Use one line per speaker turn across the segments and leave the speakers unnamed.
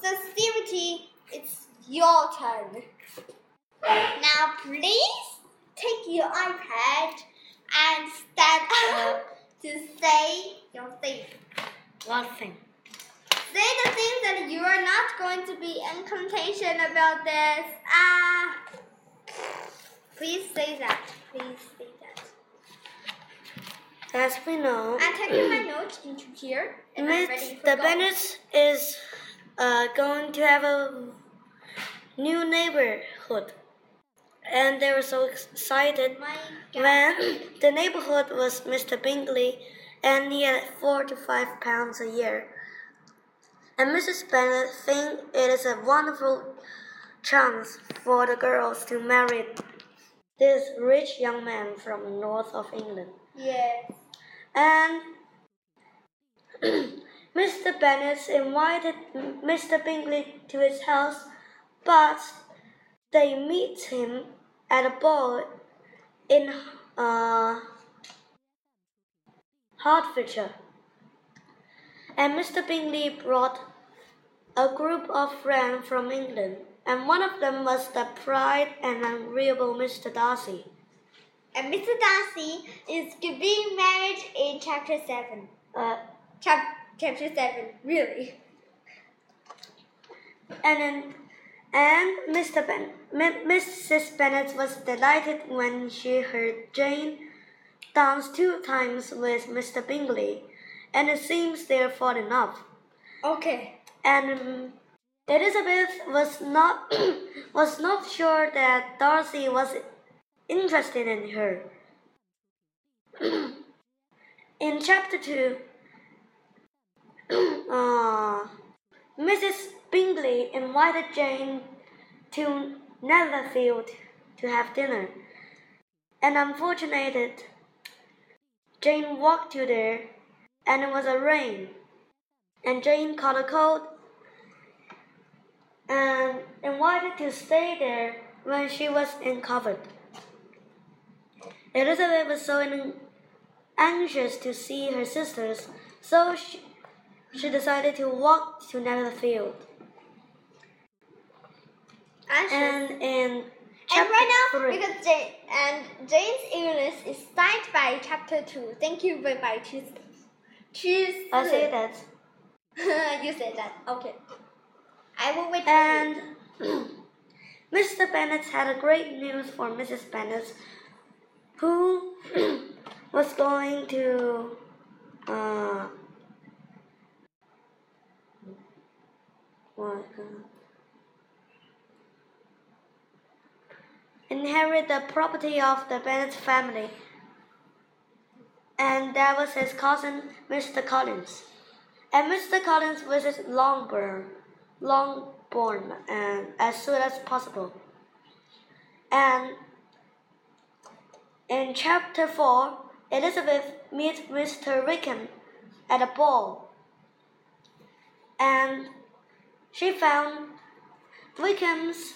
festivity, it's your turn. Now, please take your iPad and stand up to say your thing.
What thing?
Say the thing that you are not going to be in contention about this. Ah, please say that. Please say that.
As we know,
I'm taking my notes into here. And I'm ready
Miss
for
the
go.
Bennett is uh, going to have a new neighborhood, and they were so excited
My
when the neighborhood was Mr. Bingley, and he had four to five pounds a year. And Mrs. Bennet thinks it is a wonderful chance for the girls to marry this rich young man from the north of England.
yes.
And Mr. Bennet invited Mr. Bingley to his house, but they meet him at a ball in uh, Hertfordshire. And Mr. Bingley brought a group of friends from England, and one of them was the pride and agreeable Mr. Darcy.
And Mr. Darcy is being married in chapter seven.
Uh,
Chap- chapter seven, really?
And then, and Mr. Ben, M- Mrs. Bennet was delighted when she heard Jane dance two times with Mr. Bingley, and it seems they are falling enough.
Okay.
And um, Elizabeth was not was not sure that Darcy was interested in her. in chapter two, uh, Mrs. Bingley invited Jane to Netherfield to have dinner, and unfortunately, Jane walked to there, and it was a rain, and Jane caught a cold and invited to stay there when she was uncovered. Elizabeth was so an- anxious to see her sisters, so she, she decided to walk to Netherfield.
Anxious. And,
And in chapter
right now,
three,
because Jane and Jane's illness is signed by chapter two. Thank you. Bye bye. Cheers. Cheers.
I say that.
you said that. Okay. I will wait. for you.
And Mr. Bennet had a great news for Mrs. Bennet, who was going to uh, what, uh, inherit the property of the Bennet family, and that was his cousin, Mr. Collins. And Mr. Collins visits Longbourn, Longbourn, and as soon as possible. And in chapter four, Elizabeth meets Mr. Wickham at a ball, and she found Wickham's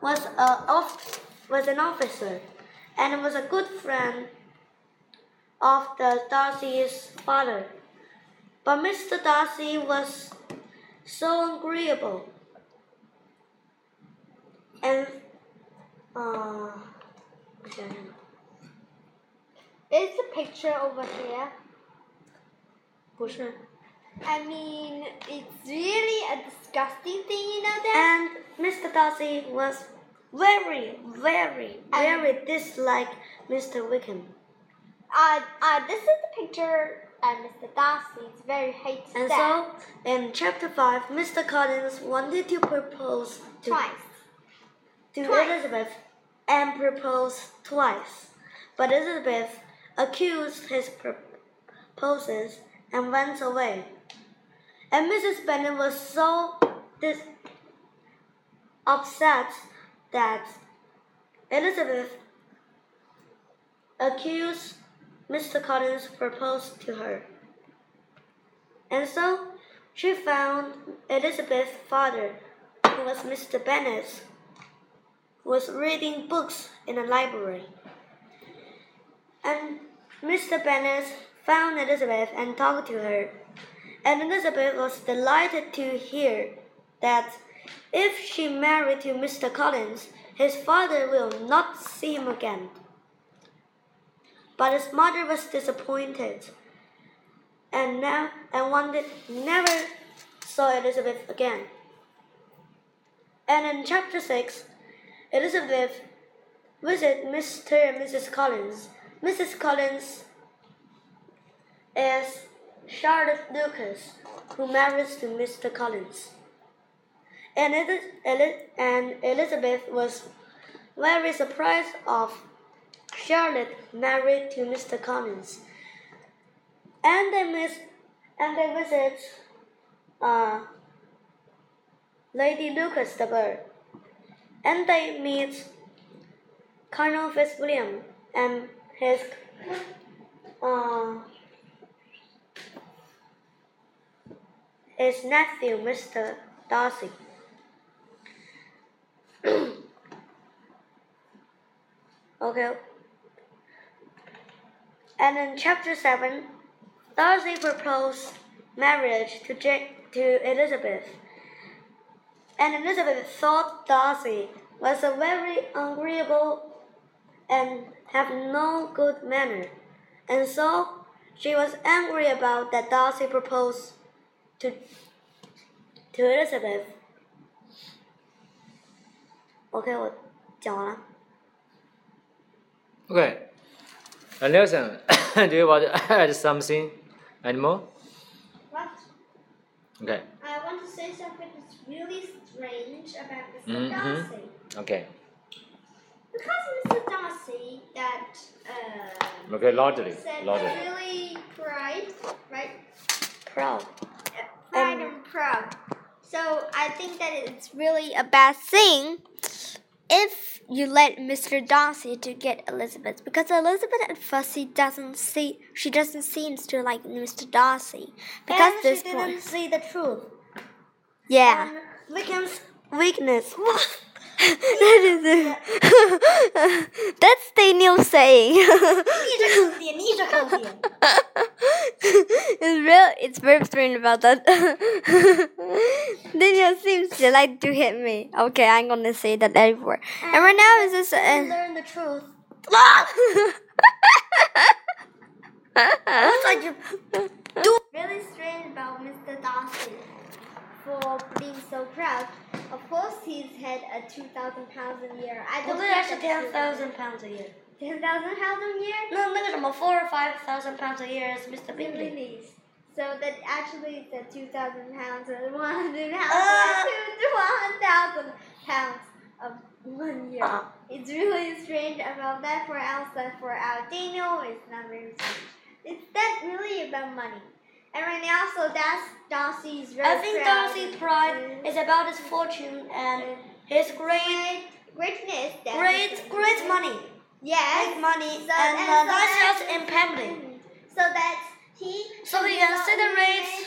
was a off, was an officer, and was a good friend of the Darcy's father. But Mr. Darcy was so agreeable. And, uh, okay.
there's a picture over here.
不是。
I mean, it's really a disgusting thing, you know that?
And Mr. Darcy was very, very, very disliked Mr. Wickham.
Uh, uh, this is the picture uh, Mr. Darcy is very hates
And
that
so, in chapter 5, Mr. Collins wanted to propose to,
twice.
to
Twice.
Elizabeth and proposed twice. But Elizabeth accused his proposals and went away. And Mrs. Bennet was so dis- upset that Elizabeth accused Mr. Collins proposed to her. And so she found Elizabeth's father, who was Mr. Bennet, was reading books in the library. And Mr. Bennet found Elizabeth and talked to her. and Elizabeth was delighted to hear that if she married to Mr. Collins, his father will not see him again. But his mother was disappointed and now and wanted never saw Elizabeth again. And in chapter six, Elizabeth visit Mr. and Mrs. Collins. Mrs. Collins is Charlotte Lucas, who marries to Mr. Collins. And, it is, Eli- and Elizabeth was very surprised of Charlotte married to Mr. Collins. And they miss and they visit uh, Lady Lucas the bird. And they meet Colonel Fitzwilliam and his uh, his nephew, Mr. Darcy. okay. And in chapter seven, Darcy proposed marriage to Jake, to Elizabeth, and Elizabeth thought Darcy was a very agreeable and have no good manner, and so she was angry about that Darcy proposed to to Elizabeth. OK，我讲完了。
Okay. And Nelson, do you want to add something anymore?
What?
Okay.
I want to say something that's really strange about mister
Mhm.
Darcy.
Okay.
Because Mr. Darcy that uh,
Okay, largely.
said
Largely.
really cried, right? Uh,
Proud.
Pride
Um,
and proud. So I think that it's really a bad thing if you let Mr. Darcy to get Elizabeth because Elizabeth at first she doesn't see she doesn't seems to like Mr. Darcy because
and
this
she didn't
boy.
see the truth.
Yeah.
Weakness. Weakness.
that is That's the new saying.
点，逆着看点。
it's real. It's very strange about that. Daniel seems to like to hit me. Okay, I'm gonna say that everywhere. And, right now it's just
You
uh,
learn the truth.
like you do. Really strange about Mr. Darcy for being so proud. Of course, he's had a two thousand pounds a year. I
我
don't
这
think
也是
that's
ten
true.
thousand pounds a year。
10,000 pounds a year.
那那个什么 four or five thousand pounds a year is Mr. Bingley。
So that actually is the 2,000 pounds and 100
Ah.
pounds, two 1,000 pounds of one year.
Ah.
It's really strange about that for Elsa, for our Daniel, it's not very strange. It's that really about money. And right now, so that's Darcy's very
I think
proud
Darcy's pride
and
is about his fortune and his great,
greatness. that is-
great, great money.
Yes.
Great money and
So
uh,
that's-
that's just impairment.
So that he
So he
can be so
considerates-
amazed,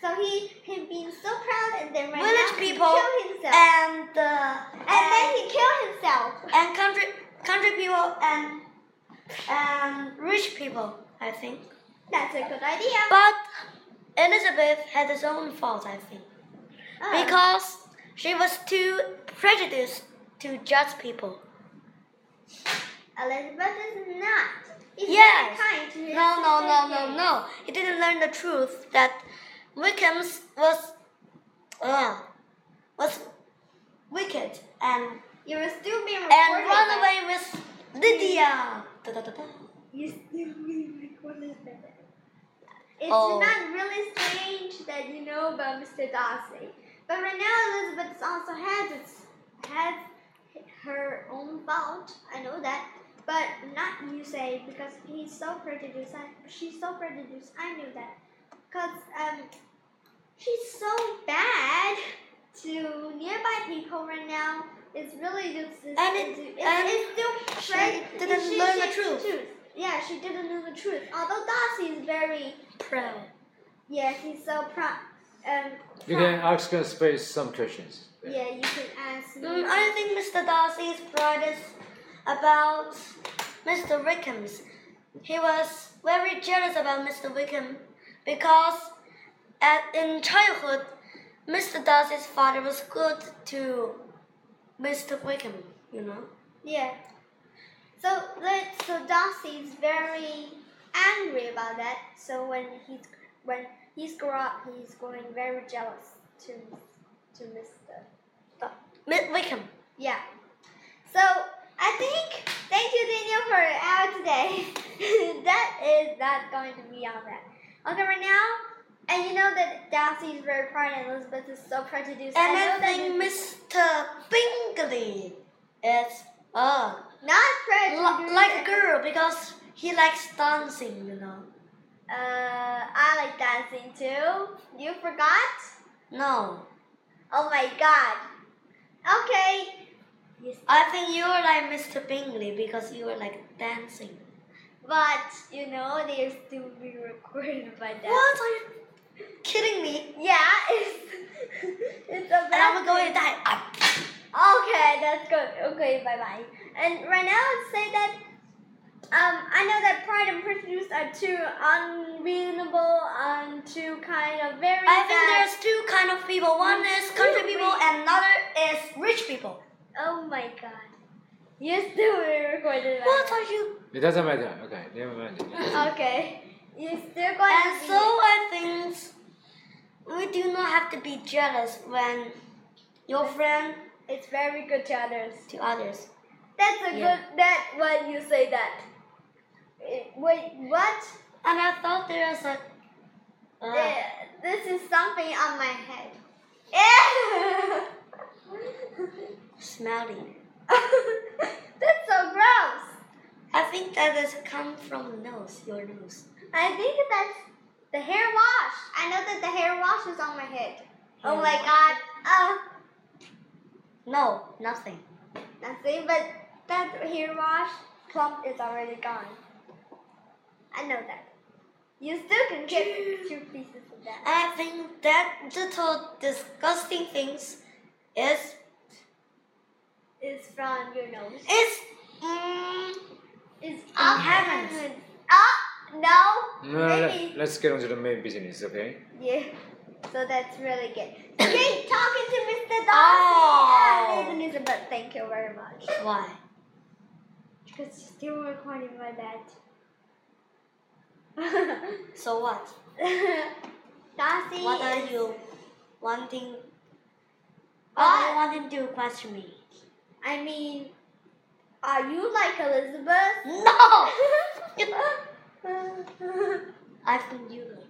so he him being so proud and then right
Village
now
people
he kill himself
And uh,
and then he kill himself.
and country country people and and rich people, I think.
That's a good idea.
But Elizabeth had his own fault, I think,
Uh,
because she was too prejudiced to judge people.
Elizabeth is not. He's
Yes.
very kind to his
No, no, no, no,
children.
no. He didn't learn the truth that Wickham's was, uh, was wicked and
You were still being
and
recorded.
run away with Lydia. Da, da, da, da.
You still being recorded. It's
Oh.
not really strange that you know about Mr. Darcy, but right now Elizabeth also has its, has her own fault. I know that, but not you say because he's so prejudiced. I, she's so prejudiced. I knew that, cause um, she's so bad to nearby people right now. It's really just it's,
And it-
it's, it's,
and
it's still
she
right?
didn't
she,
learn
she,
the truth.
Yeah, she didn't learn the truth. Although Darcy is very,
Proud.
yeah, he's so proud. Um,
You
proud.
can ask and space some questions.
Yeah, you can ask. me.
Mm, I think Mr. Darcy's pride is about Mr. Wickham's. He was very jealous about Mr. Wickham because At, in childhood, Mr. Darcy's father was good to Mr. Wickham, you know.
Yeah. So let so Darcy is very angry about that. So when he's when he's grow up, he's going very jealous to to Mister.
Mi- Wickham.
Yeah. So I think thank you Daniel for your hour today. that is not going to be on that. Okay, right now. And you know that Darcy is very proud and Elizabeth is so proud to do so.
And
I
I
know that
think Mr. Bingley is uh,
not proud to
li-
do
like a
that.
girl because he likes dancing, you know.
Uh, I like dancing too. You forgot?
No,
Oh my god. Okay.
I think you're like Mr. Bingley because you were like dancing.
But you know they still be recorded by that.
What are you kidding me?
Yeah, it's it's a
And I'm
bad
going to
thing.
die. Ah.
Okay, that's good. Okay, bye bye. And right now let's say that um I know that pride and prejudice are two unreasonable and two kind of very
I think
bad-
there's two kind of people. One is country people, and another is rich people.
Oh my god. You still be recorded by
What
that.
are you?
It doesn't matter. Okay, never mind.
Okay. You still going
And
to be
so I think we do not have to be jealous when your friend
it's very good to others.
to others.
That's a
Yeah.
good. That when you say that. Eh, Wait, what?
And I thought there is a. Uh,
Eh, This is something on my head. Ew.
smelly.
That's so gross.
I think that is come from the nose, your nose.
I think that's the hair wash. I know that the hair wash is on my head. Oh
Hair
my
wash.
god. Oh,
No, nothing.
nothing but that hair wash clump is already gone. I know that. You still can get two pieces of that.
I think that little disgusting things is
It's from your nose.
is mm,
It's
In
up
heavens.
Up? No?
No, no,
Maybe.
no, let's get on to the main business, okay?
Yeah. So that's really good. Great talking to Mr. Darcy
Oh.
and Elizabeth. Thank you very much.
why?
Because you still recording my dad.
So what?
Darcy.
What are
is-
you wanting? What
What?
are you wanting to question me?
I mean, are you like Elizabeth?
No! I think you look.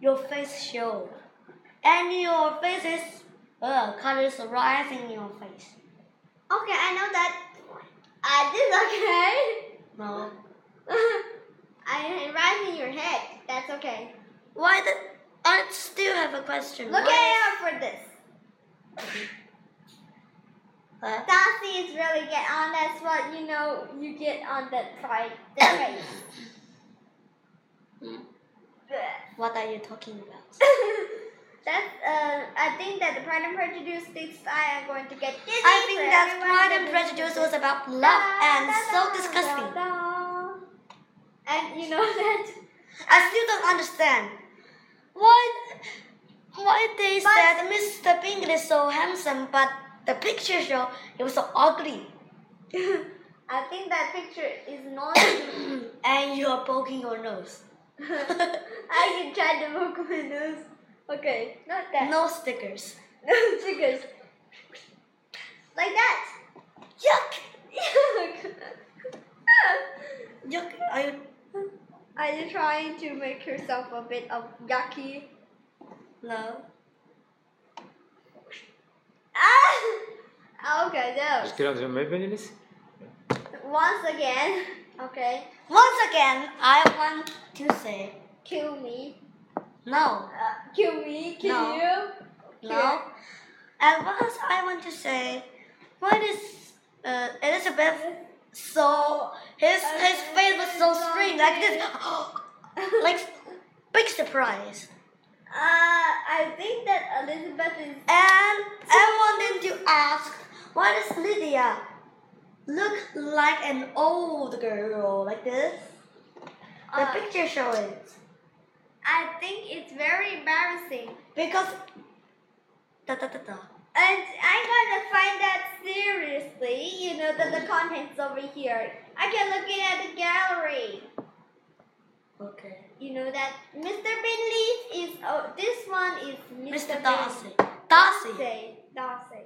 Your face show, and your face is uh, colors rising in your face.
okay, I know that. I did okay.
No.
I right in your head. That's okay.
Why the? I still have a question.
Look
Why-
at her for this.
Huh?
Darcy is really get on. That's what you know. You get on that pride. That race.
Hmm? What are you talking about?
that's uh. I think that the Pride and Prejudice sticks. I am going to get dizzy.
I think
for
that
everyone
Pride
that
and
is-
Prejudice was about
Da,
love and
da,
so
da,
disgusting.
da, da. And you know that.
I still don't understand why why they
But-
said Mr. Bingley is so handsome, but the picture show he was so ugly.
I think that picture is not.
and you are poking your nose.
I can try to book my nose. Okay, not that.
No stickers.
No stickers. Like that.
Yuck!
Yuck.
Yuck! Are you?
Are you trying to make yourself a bit of yucky?
No.
Ah! Okay,
Let's
no.
get on to the main business.
Once again, okay,
Once again, I want to say
kill me.
no,
Uh, kill me, kill
No.
you.
no. And once I want to say, what is uh, Elizabeth so his his face was so strange like this, like big surprise.
Uh, I think that Elizabeth is.
And I wanted to ask, what is Lydia? Look like an old girl like this. The
Uh,
picture shows it.
I think it's very embarrassing.
because da da da da.
And I'm gonna find that seriously, you know, that the content's over here. I can look it at the gallery.
Okay.
You know that Mr. Bingley is, oh, this one is Mr.
Mr.
Bin-
Darcy. Darcy.
Darcy. Darcy.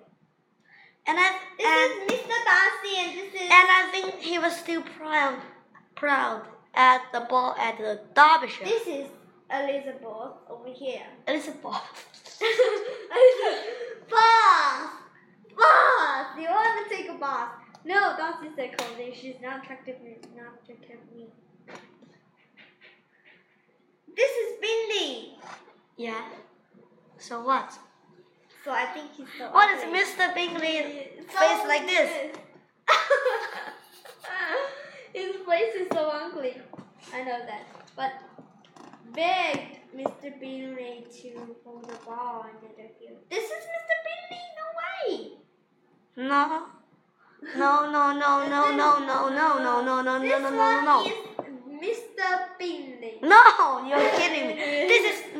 And I
This is
and
Mr. Darcy and this is,
and I think he was still proud proud at the ball at the Derbyshire.
this is Elizabeth over here.
Elizabeth.
boss! Boss! You want to take a boss? No, that's just a company. She's not attractive. Not attractive to me. This is Bingley.
Yeah. So what?
So I think he's so.
What is
ugly.
Mr. Bingley
So
face like this?
His face is so ugly. I know that. But begged Mr. Bingley to hold the ball under the field. This is Mr. Bingley. No way.
No. No no no no no no no no no no no
This
no no no
one
no.
is Mr. Bingley.
No, you're kidding me. This is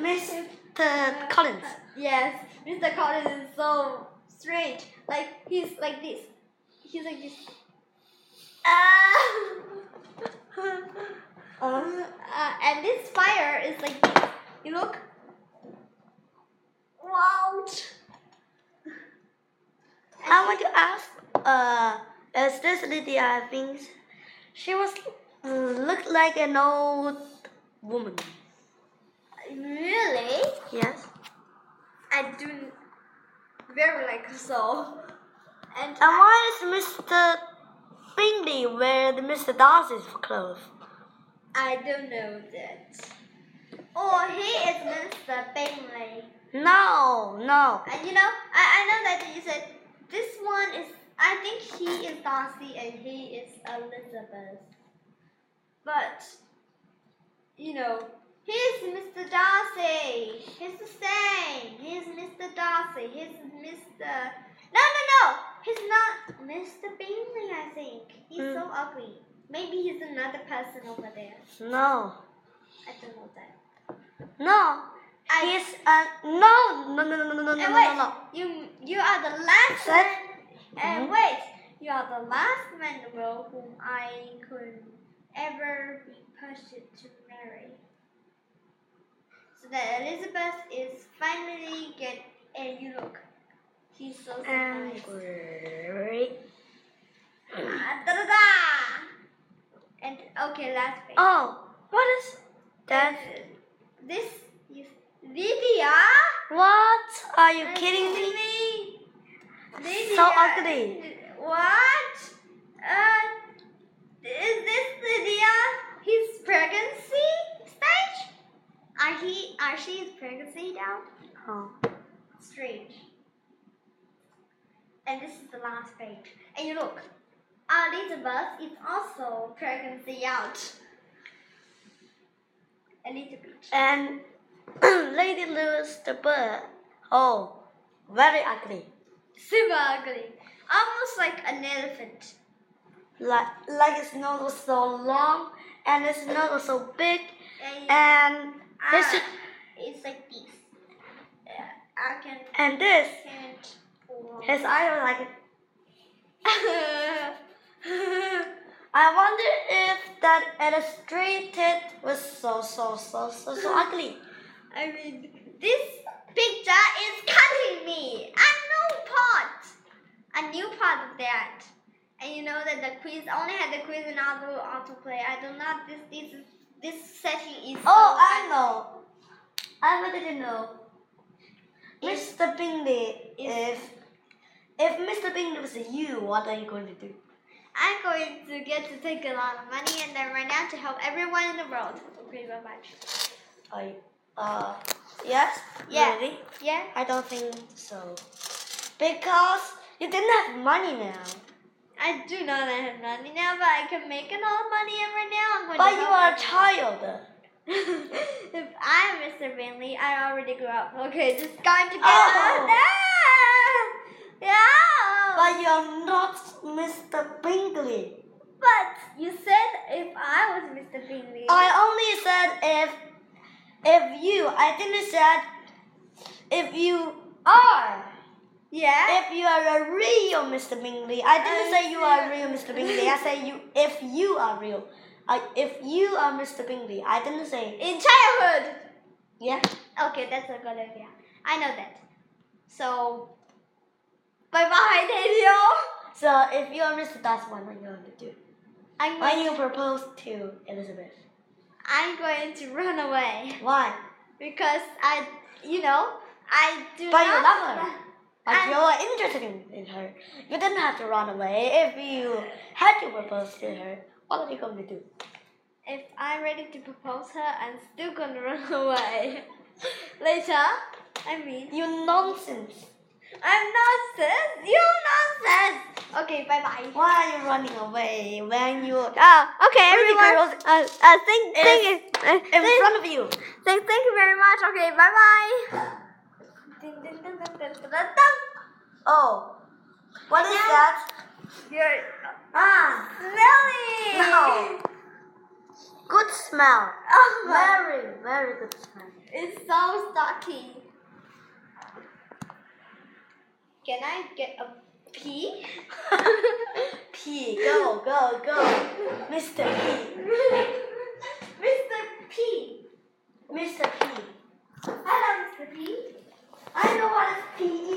Mr. Collins.
Yes, Mr. Collins is so strange. Like he's like this. He's like this. Ah. Uh, and this fire is like this. You look. Wow.
I want to ask, uh, is this Lydia? I think she was uh, looked like an old woman.
Really?
Yes.
I do very like so. And
And why is Mr. Bingley wear the Mr. Darcy's clothes?
I don't know that. Oh, he is Mr. Bingley.
No, no.
And Uh, you know, I, I know that you said this one is, I think he is Darcy and he is Elizabeth. But, you know, he is Mr. Darcy. He's the same. He's Mr. Darcy. He's Mr. No, no, no. He's not Mr. Bingley, I think. He's
Hmm.
so ugly. Maybe he's another person over there.
No,
I don't know that.
no.
I
He's uh, no, no, no, no, no, no, no,
And
no,
wait,
no.
you you are the last
Sir?
man. And
Mhm.
wait, you are the last man in the world whom I could ever be pursued to marry. So that Elizabeth is finally get. And you look, he's so surprised.
Angry.
Ah, da da da. And okay, last page.
Oh, what is that?
This is Lydia.
What? Are you
Are you
kidding me?
Lydia,
So ugly.
What? Uh, is this Lydia? His pregnancy stage? Are he? Are she in pregnancy now?
Oh.
Strange. And this is the last page. And you look, Elizabeth is also pregnancy out. Elizabeth.
And Lady Louis the bird. Oh, very ugly.
Super ugly. Almost like an elephant.
Like like its nose was so long and its nose was so big
And
and this
Ah, it's like this. Uh, I can
and this
can't.
his eye was like I wonder if that illustrated was so so so so so ugly.
I mean, this picture is cutting me. A new part, a new part of that. And you know that the quiz only had the quiz and auto autoplay. I do not. This this is- this session is.
Oh
so
I know. I didn't know. Mr. Bingley, if if Mr. Bingley was you, what are you going to do?
I'm going to get to take a lot of money and then run out to help everyone in the world. Okay, bye bye.
I, uh, yes?
Yeah.
Really?
Yeah.
I don't think so. Because you didn't have money now.
I do not have money now, but I can make a lot of money every now. I'm going
But
to
you
help
are a
everyone.
child.
if I'm Mr. Bingley, I already grew up. Okay, just going to get
Oh.
out there. Yeah.
But you are not Mr. Bingley.
but you said if I was Mr. Bingley.
I only said if If you, I think it said, if you are,
Yeah.
if you are a real Mr. Bingley. I didn't
I
say you are
see.
real Mr. Bingley. I say you, if you are real. I, if you are Mr. Bingley. I didn't say,
In childhood.
yeah.
Okay, that's a good idea. I know that. So, bye bye, Daniel.
So if you are Mr. That's what I'm going to do.
I'm
When
going,
you propose to Elizabeth.
I'm going to run away
Why?
because I, you know, I do
But you
not.
love her. But
I-
you're interested in, in her. You didn't have to run away. If you had to propose to her, what are you going to do?
If I'm ready to propose her, I'm still gonna run away. Later, I mean,
You nonsense.
I'm nonsense. You nonsense. Okay, bye bye.
Why are you running away when you
Oh, okay,
Pretty
everyone.
girls.
Uh, uh, thank, thank you. Uh,
in
thank-
front of you?
Thank, thank you very much. Okay, bye bye.
Oh, what is
Yeah.
that?
You're
Ah,
smelly.
No. good smell.
Oh my.
Very, very good smell.
It's so stocky. Can I get a pee?
P, go, go, go, Mr. P.
E.